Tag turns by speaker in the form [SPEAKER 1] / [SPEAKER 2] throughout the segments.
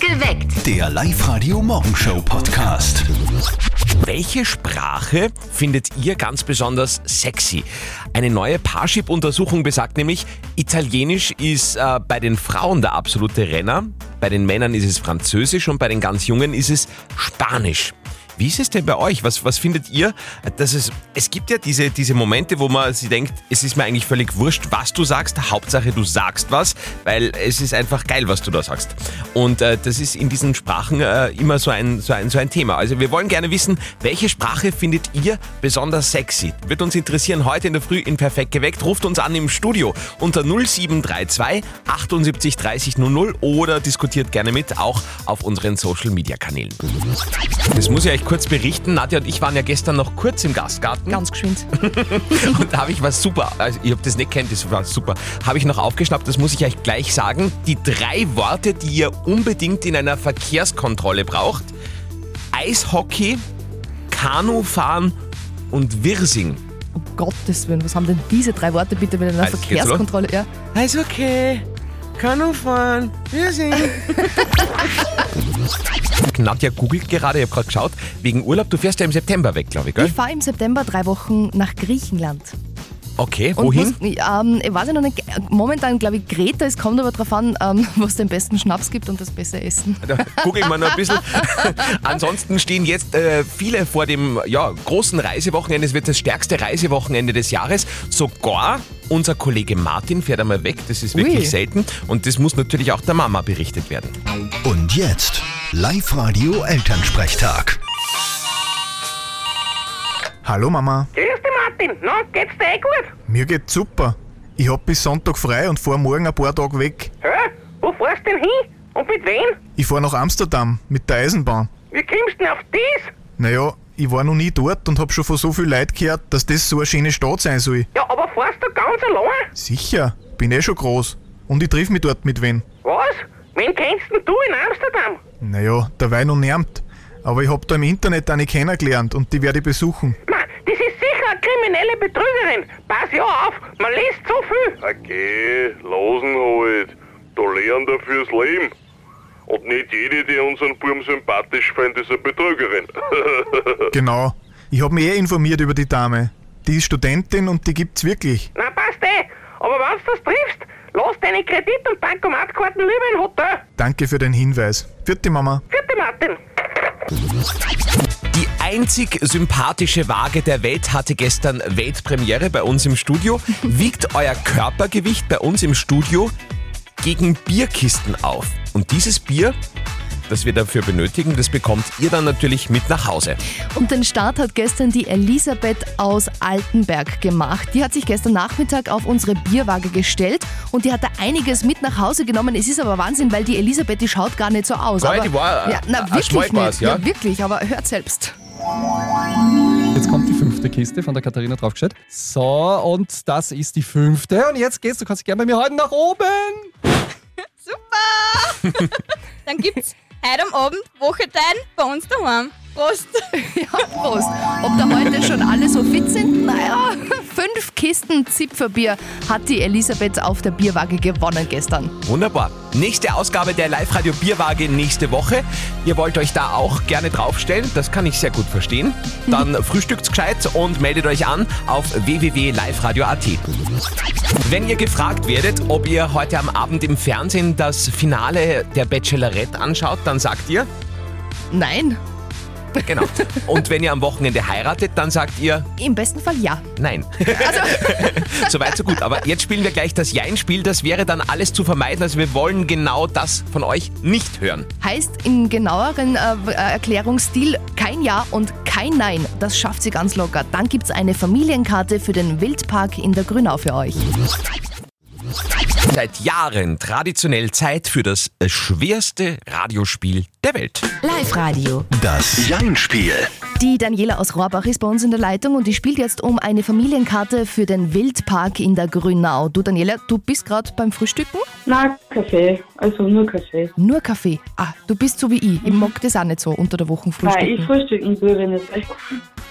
[SPEAKER 1] Geweckt.
[SPEAKER 2] Der Live-Radio-Morgenshow-Podcast.
[SPEAKER 3] Welche Sprache findet ihr ganz besonders sexy? Eine neue Parship-Untersuchung besagt nämlich, Italienisch ist äh, bei den Frauen der absolute Renner, bei den Männern ist es Französisch und bei den ganz Jungen ist es Spanisch. Wie ist es denn bei euch? Was, was findet ihr? Dass es, es gibt ja diese, diese Momente, wo man sich denkt, es ist mir eigentlich völlig wurscht, was du sagst. Hauptsache, du sagst was, weil es ist einfach geil, was du da sagst. Und äh, das ist in diesen Sprachen äh, immer so ein, so, ein, so ein Thema. Also wir wollen gerne wissen, welche Sprache findet ihr besonders sexy? Wird uns interessieren, heute in der Früh in Perfekt geweckt. Ruft uns an im Studio unter 0732 78 30 00 oder diskutiert gerne mit, auch auf unseren Social-Media-Kanälen. Das muss ich euch kurz berichten. Nadja und ich waren ja gestern noch kurz im Gastgarten.
[SPEAKER 4] Ganz geschwind.
[SPEAKER 3] Und da habe ich was super, also ihr habt das nicht kennt, das war super, habe ich noch aufgeschnappt, das muss ich euch gleich sagen. Die drei Worte, die ihr unbedingt in einer Verkehrskontrolle braucht. Eishockey, Kanufahren und Wirsing.
[SPEAKER 4] Um Gottes Willen, was haben denn diese drei Worte bitte mit einer
[SPEAKER 3] Also, geht's los?
[SPEAKER 4] Verkehrskontrolle? Ja.
[SPEAKER 3] Eishockey, Kanufahren, Wirsing. Nadja googelt gerade, ich habe gerade geschaut, wegen Urlaub, du fährst ja im September weg, glaube ich, gell?
[SPEAKER 4] Ich fahre im September drei Wochen nach Griechenland.
[SPEAKER 3] Okay, wohin?
[SPEAKER 4] Muss, ähm, ich weiß ja noch nicht, momentan glaube ich Greta, es kommt aber darauf an, ähm, was den besten Schnaps gibt und das beste Essen.
[SPEAKER 3] Da googeln wir noch ein bisschen. Ansonsten stehen jetzt äh, viele vor dem ja, großen Reisewochenende. Es wird das stärkste Reisewochenende des Jahres. Sogar unser Kollege Martin fährt einmal weg. Das ist wirklich
[SPEAKER 4] Ui.
[SPEAKER 3] selten. Und das muss natürlich auch der Mama berichtet werden.
[SPEAKER 2] Und jetzt Live-Radio-Elternsprechtag.
[SPEAKER 5] Hallo Mama,
[SPEAKER 6] Grüß dich, Martin. Na, geht's dir eh gut?
[SPEAKER 5] mir geht's super. Ich hab bis Sonntag frei und fahr morgen ein paar Tage weg.
[SPEAKER 6] Hä? Wo fährst denn hin? Und mit wem?
[SPEAKER 5] Ich fahr nach Amsterdam mit der Eisenbahn.
[SPEAKER 6] Wie kommst denn auf das?
[SPEAKER 5] Naja, ich war noch nie dort und hab schon von so viel Leid gehört, dass das so eine schöne Stadt sein soll.
[SPEAKER 6] Ja, aber fährst du ganz allein?
[SPEAKER 5] Sicher, bin eh schon groß. Und ich triff mich dort mit wen.
[SPEAKER 6] Was? Wen kennst denn du in Amsterdam?
[SPEAKER 5] Naja, der Wein und nermt. Aber ich hab da im Internet eine kennengelernt und die werde ich besuchen.
[SPEAKER 6] Man, das ist sicher eine kriminelle Betrügerin. Pass ja auf, man liest so viel.
[SPEAKER 7] Okay, lassen halt. Da lernen wir fürs Leben. Und nicht jede, die unseren Burm sympathisch findet, ist eine Betrügerin.
[SPEAKER 5] Genau, ich hab mich eh informiert über die Dame. Die ist Studentin und die gibt's wirklich.
[SPEAKER 6] Na, passt eh. Aber wenn du das triffst, lass deine Kredit- und Bankomatkarten lieber im Hotel.
[SPEAKER 5] Danke für den Hinweis. Vierte Mama.
[SPEAKER 6] Vierte Martin.
[SPEAKER 3] Die einzig sympathische Waage der Welt hatte gestern Weltpremiere bei uns im Studio. Wiegt euer Körpergewicht bei uns im Studio gegen Bierkisten auf. Und dieses Bier, das wir dafür benötigen, das bekommt ihr dann natürlich mit nach Hause.
[SPEAKER 4] Und den Start hat gestern die Elisabeth aus Altenberg gemacht. Die hat sich gestern Nachmittag auf unsere Bierwaage gestellt und die hat da einiges mit nach Hause genommen. Es ist aber Wahnsinn, weil die Elisabeth, die schaut gar nicht so aus.
[SPEAKER 3] Nein, die war, äh,
[SPEAKER 4] ja, na,
[SPEAKER 3] äh,
[SPEAKER 4] wirklich
[SPEAKER 3] schmalt war's,
[SPEAKER 4] nicht.
[SPEAKER 3] ja.
[SPEAKER 4] ja, wirklich, aber hört selbst.
[SPEAKER 8] Jetzt kommt die fünfte Kiste von der Katharina draufgestellt. So, und das ist die fünfte. Und jetzt geht's, du kannst dich gerne bei mir halten, nach oben.
[SPEAKER 9] Dann gibt's heute am Abend Woche dein bei uns daheim. Prost!
[SPEAKER 4] Ja, Prost. Ob da heute schon alle so fit sind? Naja, fünf Kisten Zipferbier hat die Elisabeth auf der Bierwaage gewonnen gestern.
[SPEAKER 3] Wunderbar. Nächste Ausgabe der Live-Radio Bierwaage nächste Woche. Ihr wollt euch da auch gerne draufstellen, das kann ich sehr gut verstehen. Dann frühstückt's gescheit und meldet euch an auf www.liveradio.at. Wenn ihr gefragt werdet, ob ihr heute am Abend im Fernsehen das Finale der Bachelorette anschaut, dann sagt ihr,
[SPEAKER 4] Nein,
[SPEAKER 3] genau. Und wenn ihr am Wochenende heiratet, dann sagt ihr,
[SPEAKER 4] im besten Fall ja.
[SPEAKER 3] nein.
[SPEAKER 4] Also,
[SPEAKER 3] Soweit, so gut. Aber jetzt spielen wir gleich das Jein-Spiel. Das wäre dann alles zu vermeiden. Also wir wollen genau das von euch nicht hören.
[SPEAKER 4] heißt im genaueren äh, Erklärungsstil kein Ja und kein Nein. Das schafft sie ganz locker. Dann gibt's eine Familienkarte für den Wildpark in der Grünau für euch.
[SPEAKER 3] Seit Jahren traditionell Zeit für das äh, schwerste Radiospiel der Welt.
[SPEAKER 1] Live-Radio.
[SPEAKER 2] Das Jein-Spiel.
[SPEAKER 4] Die Daniela aus Rohrbach ist bei uns in der Leitung und die spielt jetzt um eine Familienkarte für den Wildpark in der Grünau. Du Daniela, du bist gerade beim Frühstücken?
[SPEAKER 10] Nein, Kaffee. Also nur Kaffee.
[SPEAKER 4] Nur Kaffee. Ah, du bist so wie ich. Ich mag das auch nicht so unter der Woche
[SPEAKER 10] Nein, ich
[SPEAKER 4] frühstücken.
[SPEAKER 10] frühstücken würde nicht. Ich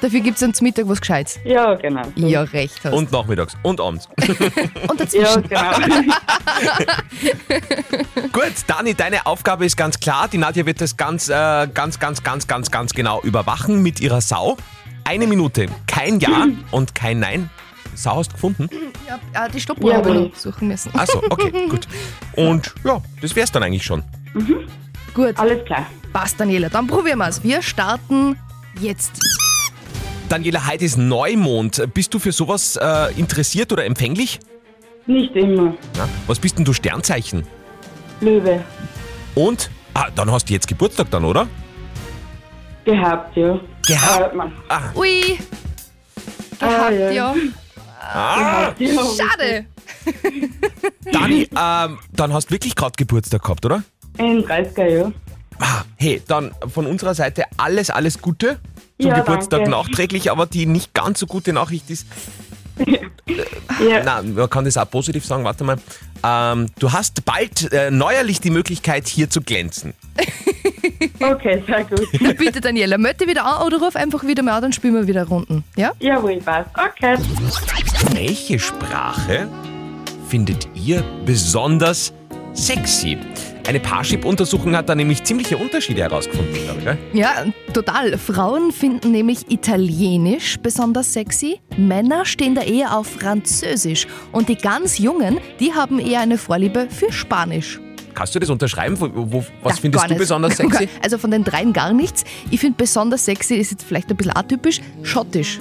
[SPEAKER 4] Dafür gibt es dann zum Mittag was Gescheites.
[SPEAKER 10] Ja, genau. So.
[SPEAKER 4] Ja, recht hast.
[SPEAKER 3] Und nachmittags und abends.
[SPEAKER 4] Und
[SPEAKER 10] Ja,
[SPEAKER 4] dazwischen.
[SPEAKER 10] genau.
[SPEAKER 3] Gut, Dani, deine Aufgabe ist ganz klar. Die Nadja wird das ganz, äh, ganz, ganz, ganz, ganz, ganz genau überwachen mit ihrer Sau. Eine Minute. Kein Ja und kein Nein. Sau hast du gefunden?
[SPEAKER 4] Ja, äh, die Stoppuhr habe ich
[SPEAKER 10] Jawohl.
[SPEAKER 4] noch suchen müssen.
[SPEAKER 3] Achso, okay, gut. Und ja, das wär's dann eigentlich schon.
[SPEAKER 4] Gut,
[SPEAKER 10] Alles klar.
[SPEAKER 4] passt, Daniela. Dann probieren wir es. Wir starten jetzt.
[SPEAKER 3] Daniela, heute ist Neumond. Bist du für sowas äh, interessiert oder empfänglich?
[SPEAKER 10] Nicht immer.
[SPEAKER 3] Ja. Was bist denn du Sternzeichen?
[SPEAKER 10] Löwe.
[SPEAKER 3] Und? Ah, dann hast du jetzt Geburtstag dann, oder?
[SPEAKER 10] Gehabt, ja.
[SPEAKER 3] Gehabt.
[SPEAKER 10] Äh, man,
[SPEAKER 4] Ui, gehabt,
[SPEAKER 10] ja.
[SPEAKER 4] ja.
[SPEAKER 3] Ah,
[SPEAKER 10] ja.
[SPEAKER 4] Schade.
[SPEAKER 3] Dani, ähm, dann hast du wirklich gerade Geburtstag gehabt, oder?
[SPEAKER 10] Ein 30er, um ja.
[SPEAKER 3] Ah, Hey, dann von unserer Seite alles, alles Gute zum
[SPEAKER 10] Ja,
[SPEAKER 3] Geburtstag
[SPEAKER 10] danke.
[SPEAKER 3] nachträglich, aber die nicht ganz so gute Nachricht ist, äh,
[SPEAKER 10] Ja,
[SPEAKER 3] na, man kann das auch positiv sagen, warte mal, ähm, du hast bald äh, neuerlich die Möglichkeit, hier zu glänzen.
[SPEAKER 10] okay, sehr gut.
[SPEAKER 4] Na bitte, Daniela, melde dich wieder an oder ruf einfach wieder mal an, dann spielen wir wieder Runden. Ja?
[SPEAKER 10] Jawohl, passt. Okay.
[SPEAKER 3] Welche Sprache findet ihr besonders sexy? Eine Parship-Untersuchung hat da nämlich ziemliche Unterschiede herausgefunden, glaube ich. Gell?
[SPEAKER 4] Ja, total. Frauen finden nämlich Italienisch besonders sexy. Männer stehen da eher auf Französisch. Und die ganz Jungen, die haben eher eine Vorliebe für Spanisch.
[SPEAKER 3] Kannst du das unterschreiben? Wo, wo, was
[SPEAKER 4] Ja,
[SPEAKER 3] findest
[SPEAKER 4] gar
[SPEAKER 3] du
[SPEAKER 4] nicht.
[SPEAKER 3] besonders sexy?
[SPEAKER 4] Also von den dreien gar nichts. Ich finde besonders sexy, ist jetzt vielleicht ein bisschen atypisch, schottisch.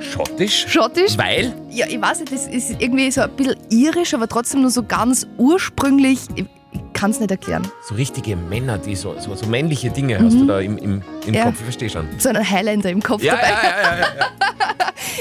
[SPEAKER 3] Schottisch?
[SPEAKER 4] Schottisch?
[SPEAKER 3] Weil?
[SPEAKER 4] Ja, ich weiß nicht, das ist irgendwie so ein bisschen irisch, aber trotzdem nur so ganz ursprünglich. Ich kann es nicht erklären.
[SPEAKER 3] So richtige Männer, die so, so, so männliche Dinge hast du da im, im, im
[SPEAKER 4] Mhm. Ja.
[SPEAKER 3] Kopf, ich verstehe schon.
[SPEAKER 4] So einen Highlander im Kopf
[SPEAKER 3] Ja,
[SPEAKER 4] dabei.
[SPEAKER 3] ja, ja, ja, ja.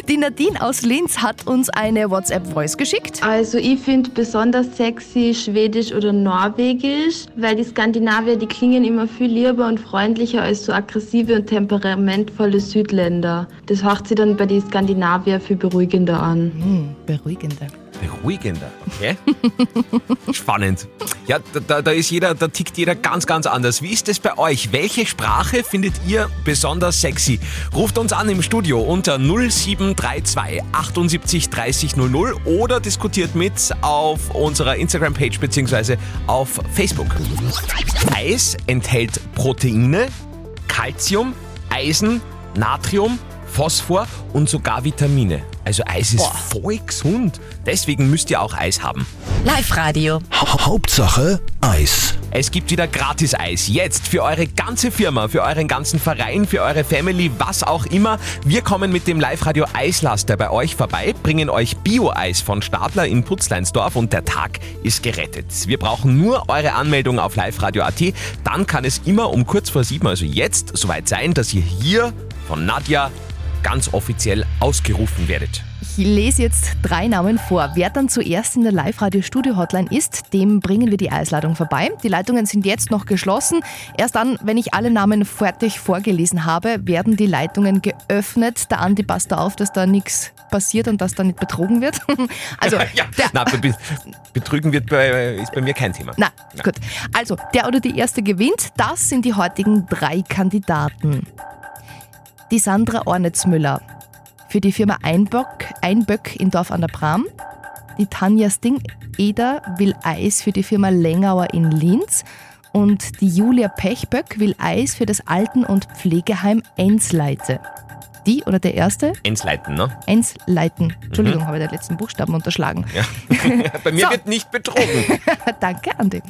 [SPEAKER 4] Die Nadine aus Linz hat uns eine WhatsApp-Voice geschickt.
[SPEAKER 1] Also ich finde besonders sexy Schwedisch oder Norwegisch, weil die Skandinavier, die klingen immer viel lieber und freundlicher als so aggressive und temperamentvolle Südländer. Das hört sich dann bei den Skandinavier viel beruhigender an.
[SPEAKER 4] Hm, beruhigende.
[SPEAKER 3] Beruhigender, okay? Spannend. Ja, da- da, da ist jeder, da tickt jeder ganz, ganz anders. Wie ist es bei euch? Welche Sprache findet ihr besonders sexy? Ruft uns an im Studio unter 0732 78 30 00 oder diskutiert mit auf unserer Instagram-Page bzw. auf Facebook. Eis enthält Proteine, Calcium, Eisen, Natrium, Phosphor und sogar Vitamine. Also Eis ist voll gesund. Deswegen müsst ihr auch Eis haben.
[SPEAKER 11] Live-Radio.
[SPEAKER 2] Hau- Hauptsache Eis.
[SPEAKER 3] Es gibt wieder Gratis-Eis. Jetzt für eure ganze Firma, für euren ganzen Verein, für eure Family, was auch immer. Wir kommen mit dem Live-Radio Eislaster bei euch vorbei, bringen euch Bio-Eis von Stadler in Putzleinsdorf und der Tag ist gerettet. Wir brauchen nur eure Anmeldung auf liveradio.at. Dann kann es immer um kurz vor sieben, also jetzt, soweit sein, dass ihr hier von Nadja ganz offiziell ausgerufen werdet.
[SPEAKER 4] Ich lese jetzt drei Namen vor. Wer dann zuerst in der Live-Radio-Studio-Hotline ist, dem bringen wir die Eisladung vorbei. Die Leitungen sind jetzt noch geschlossen. Erst dann, wenn ich alle Namen fertig vorgelesen habe, werden die Leitungen geöffnet. Der Andi passt da auf, dass da nichts passiert und dass da nicht betrogen wird. Also,
[SPEAKER 3] Ja,
[SPEAKER 4] der,
[SPEAKER 3] na, be be- betrügen wird bei, ist bei mir kein Thema.
[SPEAKER 4] na, gut. Also, der oder die Erste gewinnt. Das sind die heutigen drei Kandidaten. Die Sandra Ornitzmüller für die Firma Einböck, Einböck in Dorf an der Pram. Die Tanja Sting-Eder will Eis für die Firma Lengauer in Linz. Und die Julia Pechböck will Eis für das Alten- und Pflegeheim Enzleite. Die oder der Erste?
[SPEAKER 3] Ensleiten, ne?
[SPEAKER 4] Enzleiten. Entschuldigung, habe ich den letzten Buchstaben unterschlagen.
[SPEAKER 3] Bei mir
[SPEAKER 4] So.
[SPEAKER 3] wird nicht betrogen.
[SPEAKER 4] Danke, Andi.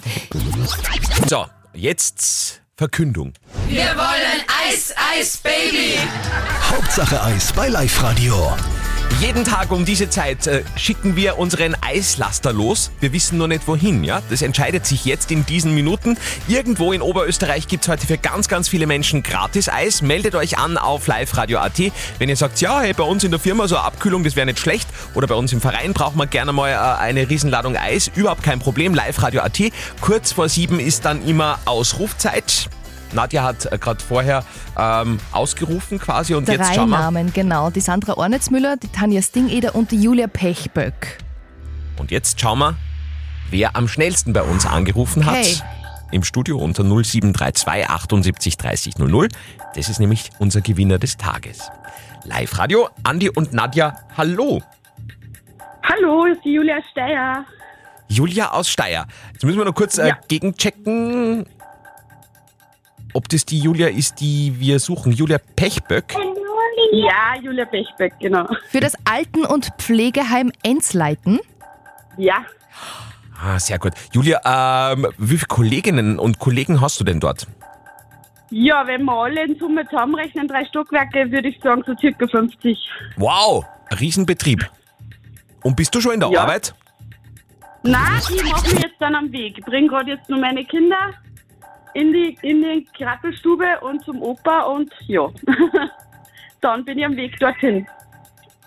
[SPEAKER 3] So, jetzt Verkündung.
[SPEAKER 2] Hauptsache Eis bei Live Radio.
[SPEAKER 3] Jeden Tag um diese Zeit äh, schicken wir unseren Eislaster los. Wir wissen nur nicht wohin, ja? Das entscheidet sich jetzt in diesen Minuten. Irgendwo in Oberösterreich gibt es heute für ganz, ganz viele Menschen gratis Eis. Meldet euch an auf liveradio.at. Wenn ihr sagt, ja, hey, bei uns in der Firma so eine Abkühlung, das wäre nicht schlecht. Oder bei uns im Verein braucht man gerne mal äh, eine Riesenladung Eis. Überhaupt kein Problem. Liveradio.at. Kurz vor sieben ist dann immer Ausrufzeit. Nadja hat äh, gerade vorher ähm, ausgerufen quasi und jetzt
[SPEAKER 4] Drei
[SPEAKER 3] schauen wir.
[SPEAKER 4] Namen, genau. Die Sandra Ornitzmüller, die Tanja Stingeder und die Julia Pechböck.
[SPEAKER 3] Und jetzt schauen wir, wer am schnellsten bei uns angerufen hat.
[SPEAKER 4] Hey,
[SPEAKER 3] im Studio unter 0732 78 30 00. Das ist nämlich unser Gewinner des Tages. Live-Radio, Andi und Nadja, hallo.
[SPEAKER 11] Hallo, ist die Julia Steyer.
[SPEAKER 3] Julia aus Steyr. Jetzt müssen wir noch kurz äh,
[SPEAKER 11] Ja.
[SPEAKER 3] gegenchecken, ob das die Julia ist, die wir suchen. Julia Pechböck.
[SPEAKER 11] Ja, Julia Pechbeck, genau.
[SPEAKER 4] Für das Alten- und Pflegeheim Enzleiten.
[SPEAKER 11] Ja,
[SPEAKER 3] Ah, sehr gut. Julia, ähm, wie viele Kolleginnen und Kollegen hast du denn dort?
[SPEAKER 11] ja, wenn wir alle in Summe zusammenrechnen, drei Stockwerke, würde ich sagen, so circa 50.
[SPEAKER 3] Wow, Riesenbetrieb. Und bist du schon in der Arbeit?
[SPEAKER 11] Na, ich mache mich jetzt dann am Weg. Ich bringe gerade jetzt nur meine Kinder in die, in die Krabbelstube und zum Opa und ja. dann bin ich am Weg dorthin.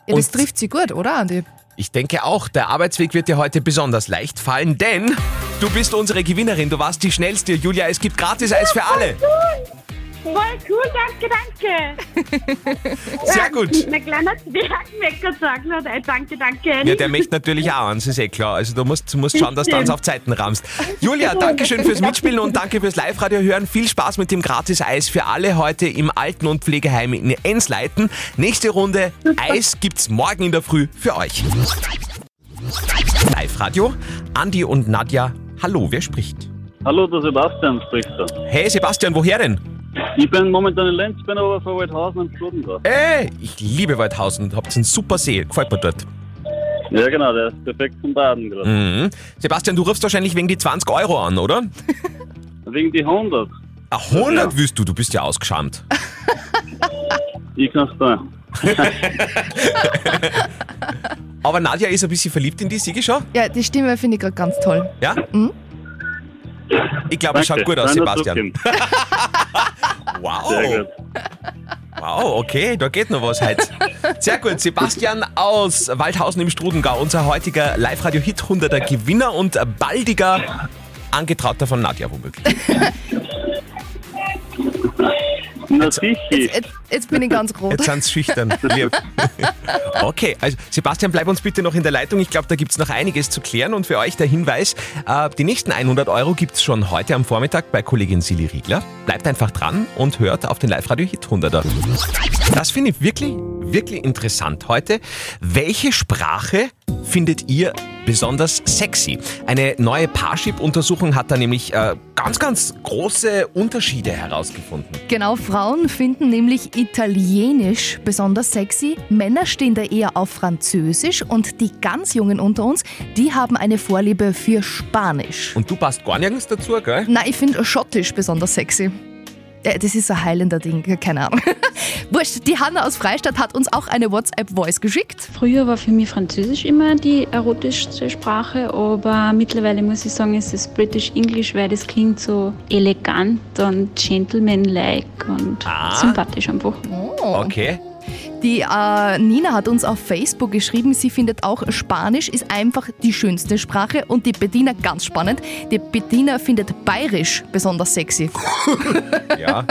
[SPEAKER 4] Ja, das trifft sie gut, oder Andi?
[SPEAKER 3] Ich denke auch, der Arbeitsweg wird dir heute besonders leicht fallen, denn du bist unsere Gewinnerin. Du warst die Schnellste, Julia. Es gibt Gratis-Eis für alle.
[SPEAKER 11] Voll cool, danke, danke.
[SPEAKER 3] Sehr gut.
[SPEAKER 11] Mein kleiner Zwerg weggesagt hat, ey, danke, danke.
[SPEAKER 3] Ja, der möchte natürlich auch eins, ist eh klar. Also du musst, du musst schauen, dass du uns auf Zeiten rammst. Julia, danke schön fürs Mitspielen und danke fürs Live-Radio hören. Viel Spaß mit dem Gratis-Eis für alle heute im Alten- und Pflegeheim in Ensleiten. Nächste Runde Eis gibt's morgen in der Früh für euch. Live-Radio, Andi und Nadja, hallo, wer spricht?
[SPEAKER 12] Hallo, der Sebastian spricht da.
[SPEAKER 3] Hey Sebastian, woher denn?
[SPEAKER 12] Ich bin momentan in Lenz, bin aber vor Waldhausen am Stunden da.
[SPEAKER 3] Ey, Äh, ich liebe Waldhausen, habt einen super See, gefällt mir dort.
[SPEAKER 12] Ja, genau, der ist perfekt zum Baden gerade.
[SPEAKER 3] Mhm. Sebastian, du rufst wahrscheinlich wegen die 20 Euro an, oder?
[SPEAKER 12] Wegen die 100.
[SPEAKER 3] Ah, 100 willst du, du bist ja ausgeschammt.
[SPEAKER 12] Ich kann's da.
[SPEAKER 3] Aber Nadja ist ein bisschen verliebt in die Sigi schon.
[SPEAKER 4] Ja, die Stimme finde ich gerade ganz toll.
[SPEAKER 3] Ja?
[SPEAKER 4] Mhm.
[SPEAKER 3] Ich glaube, es
[SPEAKER 12] Danke,
[SPEAKER 3] schaut gut aus,
[SPEAKER 12] kann ich nur
[SPEAKER 3] Sebastian. wow.
[SPEAKER 12] Sehr gut.
[SPEAKER 3] Wow, okay, da geht noch was heute. Sehr gut, Sebastian aus Waldhausen im Strudengau, unser heutiger Live-Radio-Hit 100er Gewinner und baldiger Angetrauter von Nadja womöglich.
[SPEAKER 12] Na sicher.
[SPEAKER 4] Jetzt, jetzt bin ich ganz rot.
[SPEAKER 3] Jetzt sind schüchtern. Lieb. Okay, also Sebastian, bleib uns bitte noch in der Leitung. Ich glaube, da gibt es noch einiges zu klären. Und für euch der Hinweis, äh, die nächsten 100 Euro gibt es schon heute am Vormittag bei Kollegin Silly Riegler. Bleibt einfach dran und hört auf den Live-Radio-Hit 100er. Das finde ich wirklich, wirklich interessant heute. Welche Sprache findet ihr besonders sexy? Eine neue Parship-Untersuchung hat da nämlich äh, ganz, ganz große Unterschiede herausgefunden.
[SPEAKER 4] Genau, Frauen finden nämlich Italienisch besonders sexy, Männer stehen da eher auf Französisch und die ganz Jungen unter uns, die haben eine Vorliebe für Spanisch.
[SPEAKER 3] Und du passt gar nirgends dazu, gell?
[SPEAKER 4] Nein, ich finde Schottisch besonders sexy. Äh, Das ist ein heilender Ding, keine Ahnung. Wurscht, die Hanna aus Freistadt hat uns auch eine WhatsApp-Voice geschickt.
[SPEAKER 13] Früher war für mich Französisch immer die erotischste Sprache, aber mittlerweile muss ich sagen, ist es British English, weil das klingt so elegant und gentleman-like und sympathisch einfach.
[SPEAKER 3] Ah.
[SPEAKER 4] Oh.
[SPEAKER 3] Okay.
[SPEAKER 4] Die äh, Nina hat uns auf Facebook geschrieben, sie findet auch Spanisch ist einfach die schönste Sprache und die Bettina ganz spannend. Die Bettina findet Bayerisch besonders sexy.
[SPEAKER 3] Ja.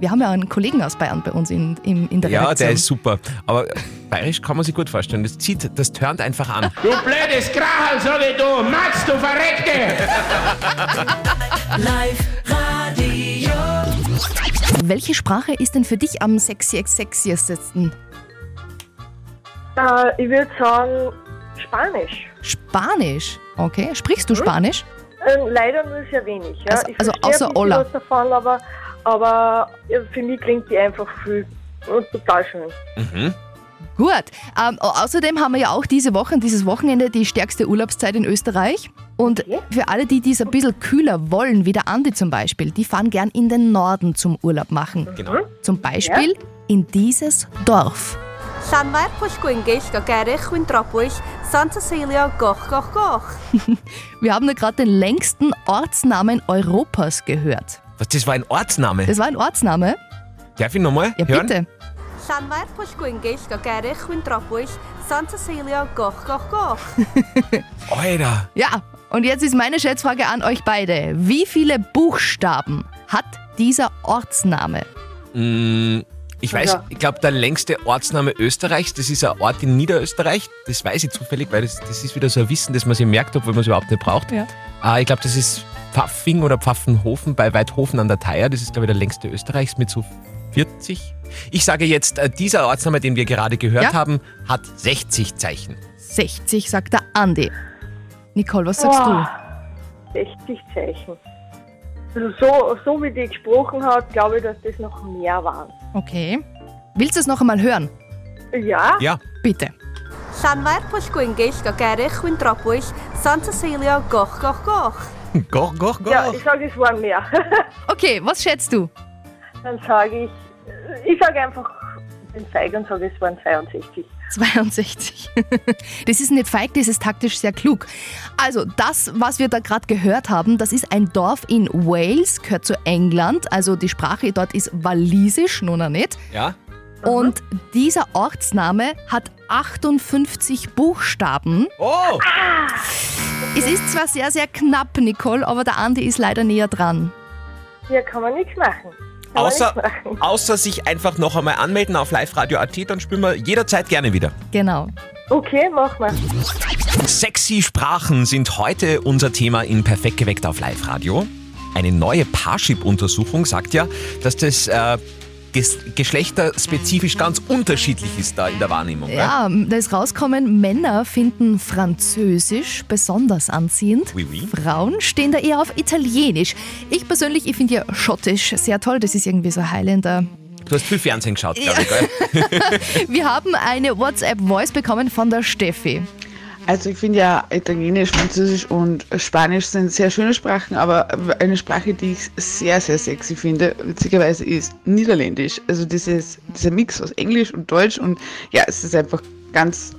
[SPEAKER 4] Wir haben ja einen Kollegen aus Bayern bei uns in, in, in der
[SPEAKER 3] Ja,
[SPEAKER 4] Redaktion.
[SPEAKER 3] der ist super. Aber bayerisch kann man sich gut vorstellen. Das zieht, das turnt einfach an.
[SPEAKER 14] Du blödes Krachel, sag ich du, Max, du Verreckte! Live Radio.
[SPEAKER 4] Welche Sprache ist denn für dich am sexy sexiesten?
[SPEAKER 15] Äh, ich würde sagen Spanisch.
[SPEAKER 4] Spanisch. Okay, sprichst
[SPEAKER 3] Hm?
[SPEAKER 4] du Spanisch?
[SPEAKER 15] Ähm, leider nur sehr wenig. Ja.
[SPEAKER 4] Also-
[SPEAKER 15] ich
[SPEAKER 4] also
[SPEAKER 15] verstehe
[SPEAKER 4] außer
[SPEAKER 15] ein bisschen
[SPEAKER 4] Ola.
[SPEAKER 15] Was davon, aber aber ja, für mich klingt die einfach viel und total schön.
[SPEAKER 3] Mhm.
[SPEAKER 4] Gut. Ähm, au- außerdem haben wir ja auch diese Woche und dieses Wochenende die stärkste Urlaubszeit in Österreich. Und für alle, die dies ein bisschen kühler wollen, wie der Andi zum Beispiel, die fahren gern in den Norden zum Urlaub machen.
[SPEAKER 3] Genau.
[SPEAKER 4] Zum Beispiel in dieses Dorf.
[SPEAKER 16] Llanfair pwll gwyngyll, gogerich, wyndrobwyll, Santa Celia, goch, goch, goch.
[SPEAKER 4] Wir haben ja gerade den längsten Ortsnamen Europas gehört.
[SPEAKER 3] Was, das war ein Ortsname?
[SPEAKER 4] Das war ein Ortsname?
[SPEAKER 3] Darf ich nochmal
[SPEAKER 4] Ja,
[SPEAKER 3] hören?
[SPEAKER 4] bitte.
[SPEAKER 16] Llanfair pwll gwyngyll, gogerich, wyndrobwyll, Santa Celia, goch, goch, goch.
[SPEAKER 3] Alter.
[SPEAKER 4] Ja, und jetzt ist meine Schätzfrage an euch beide. Wie viele Buchstaben hat dieser Ortsname?
[SPEAKER 3] Mm, Ich weiß,
[SPEAKER 4] Ja.
[SPEAKER 3] ich glaube, der längste Ortsname Österreichs, das ist ein Ort in Niederösterreich. Das weiß ich zufällig, weil das, das ist wieder so ein Wissen, das man sich merkt, obwohl man es überhaupt nicht braucht.
[SPEAKER 4] Ja.
[SPEAKER 3] Ah, ich glaube, das ist Pfaffing oder Pfaffenhofen bei Weidhofen an der Theier. Das ist, glaube ich, der längste Österreichs mit so 40. Ich sage jetzt, äh, dieser Ortsname, den wir gerade gehört
[SPEAKER 4] Ja.
[SPEAKER 3] haben, hat 60 Zeichen.
[SPEAKER 4] 60, sagt der Andi. Nicole, was sagst du?
[SPEAKER 15] 60 Zeichen. Also so, so wie die gesprochen hat, glaube ich, dass das noch mehr waren.
[SPEAKER 4] Okay. Willst du es noch einmal hören?
[SPEAKER 15] Ja?
[SPEAKER 3] Ja.
[SPEAKER 4] Bitte.
[SPEAKER 16] Llanfair pwll gwyn geill gogerich wyn dropwys, Santa Ceilio goch goch goch.
[SPEAKER 3] Goch, goch, goch.
[SPEAKER 15] Ja, ich sage, es waren mehr.
[SPEAKER 4] okay, was schätzt du?
[SPEAKER 15] Dann sage ich, ich sage einfach den Zeiger und sage, es waren 62.
[SPEAKER 4] 62. Das ist nicht feig, das ist taktisch sehr klug. Also, das, was wir da gerade gehört haben, das ist ein Dorf in Wales, gehört zu England. Also, die Sprache dort ist walisisch, nun auch nicht.
[SPEAKER 3] Ja?
[SPEAKER 4] Und dieser Ortsname hat 58 Buchstaben.
[SPEAKER 3] Oh!
[SPEAKER 4] Es ist zwar sehr, sehr knapp, Nicole, aber der Andi ist leider näher dran.
[SPEAKER 15] Hier kann man nichts machen. Kann man
[SPEAKER 3] Außer,
[SPEAKER 15] nichts machen.
[SPEAKER 3] außer sich einfach noch einmal anmelden auf liveradio.at, dann spielen wir jederzeit gerne wieder.
[SPEAKER 4] Genau.
[SPEAKER 15] Okay, mach mal.
[SPEAKER 3] Sexy Sprachen sind heute unser Thema in Perfekt geweckt auf Live-Radio. Eine neue Parship-Untersuchung sagt ja, dass das äh, ges geschlechterspezifisch ganz unterschiedlich ist da in der Wahrnehmung. gell?
[SPEAKER 4] Ja, Ah, da ist rauskommen, Männer finden Französisch besonders anziehend.
[SPEAKER 3] Oui, oui.
[SPEAKER 4] Frauen stehen da eher auf Italienisch. Ich persönlich, ich finde ja Schottisch sehr toll. Das ist irgendwie so Highlander.
[SPEAKER 3] Du hast viel Fernsehen geschaut, glaube ich. Gell?
[SPEAKER 4] Wir haben eine WhatsApp-Voice bekommen von der Steffi.
[SPEAKER 17] Also ich finde ja Italienisch, Französisch und Spanisch sind sehr schöne Sprachen, aber eine Sprache, die ich sehr, sehr sexy finde, witzigerweise ist Niederländisch. Also dieses, dieser Mix aus Englisch und Deutsch und ja, es ist einfach ganz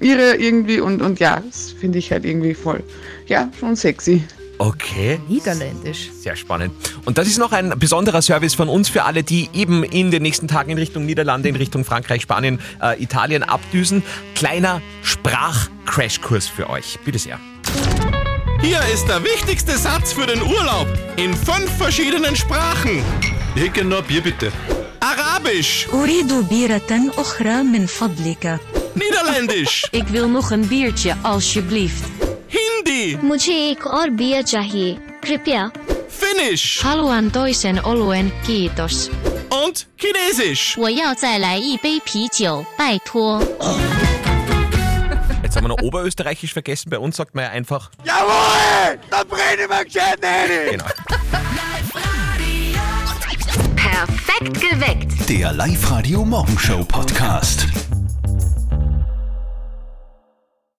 [SPEAKER 17] irre irgendwie und, und ja, das finde ich halt irgendwie voll, ja, schon sexy.
[SPEAKER 3] Okay.
[SPEAKER 4] Niederländisch.
[SPEAKER 3] Sehr spannend. Und das ist noch ein besonderer Service von uns für alle, die eben in den nächsten Tagen in Richtung Niederlande, in Richtung Frankreich, Spanien, äh, Italien abdüsen. Kleiner Sprachcrashkurs für euch. Bitte sehr.
[SPEAKER 18] Hier ist der wichtigste Satz für den Urlaub in fünf verschiedenen Sprachen. Ich genau Bier bitte. Arabisch,
[SPEAKER 19] أريد بيرة أخرى من فضلك.
[SPEAKER 18] Niederländisch,
[SPEAKER 19] Ik wil nog een biertje alsjeblieft.
[SPEAKER 18] Hindi.
[SPEAKER 19] मुझे एक और बियर चाहिए कृपया
[SPEAKER 18] Finnisch
[SPEAKER 19] Haluan toisen oluen, kiitos.
[SPEAKER 18] und Chinesisch.
[SPEAKER 19] 我要再来一杯啤酒，拜托。
[SPEAKER 3] Jetzt haben wir noch Oberösterreichisch vergessen. Bei uns sagt man ja einfach.
[SPEAKER 18] Jawohl, da brenne ich mir gescheit rein.
[SPEAKER 3] Genau.
[SPEAKER 14] Perfekt geweckt.
[SPEAKER 2] Der Live-Radio Morgenshow Podcast.